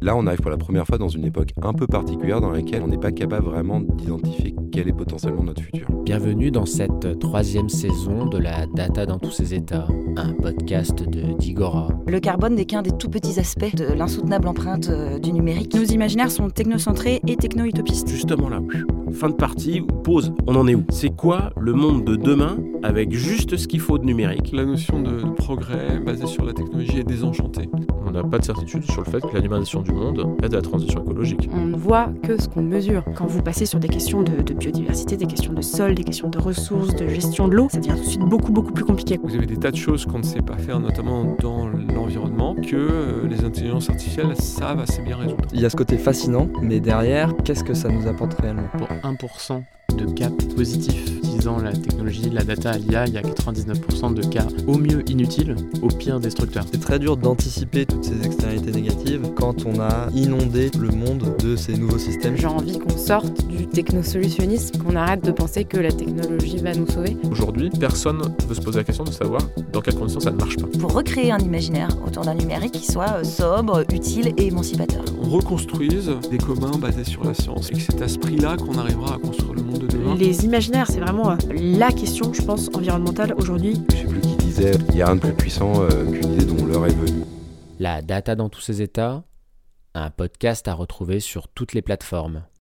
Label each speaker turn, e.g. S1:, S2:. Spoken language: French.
S1: Là, on arrive pour la première fois dans une époque un peu particulière dans laquelle on n'est pas capable vraiment d'identifier quel est potentiellement notre futur.
S2: Bienvenue dans cette troisième saison de la Data dans tous ses états, un podcast de Digora.
S3: Le carbone n'est qu'un des tout petits aspects de l'insoutenable empreinte euh, du numérique.
S4: Nos imaginaires sont technocentrés et techno-utopistes.
S5: Justement là, fin de partie, pause, on en est où C'est quoi le monde de demain avec juste ce qu'il faut de numérique
S6: La notion de progrès basée sur la technologie est désenchantée.
S7: On n'a pas de certitude sur le fait que l'animation du monde aide à la transition écologique.
S8: On ne voit que ce qu'on mesure.
S9: Quand vous passez sur des questions de, de, biodiversité, des questions de sol, des questions de ressources, de gestion de l'eau, ça devient tout de suite beaucoup beaucoup plus compliqué.
S6: Vous avez des tas de choses qu'on ne sait pas faire, notamment dans l'environnement, que euh, les intelligences artificielles savent assez bien résoudre.
S10: Il y a ce côté fascinant, mais derrière, qu'est-ce que ça nous apporte réellement
S11: Pour 1% de cas positifs utilisant la technologie, la data, l'IA, il y a 99% de cas au mieux inutiles, au pire destructeurs.
S10: C'est très dur d'anticiper toutes ces externalités négatives quand on a inondé le monde de ces nouveaux systèmes.
S12: J'ai envie qu'on sorte du technosolutionnisme, qu'on arrête de penser que la technologie va nous sauver.
S7: Aujourd'hui, personne ne veut se poser la question de savoir dans quelles conditions ça ne marche pas.
S3: Pour recréer un imaginaire autour d'un numérique qui soit euh, sobre, utile et émancipateur.
S6: On reconstruise des communs basés sur la science et que c'est à ce prix-là qu'on arrivera à construire le monde de demain.
S9: Les imaginaires, c'est vraiment euh, la question, je pense, environnementale aujourd'hui.
S1: Je sais plus qui disait, il n'y a rien de plus puissant euh, qu'une idée dont l'heure est venue.
S2: La data dans tous ses états, un podcast à retrouver sur toutes les plateformes.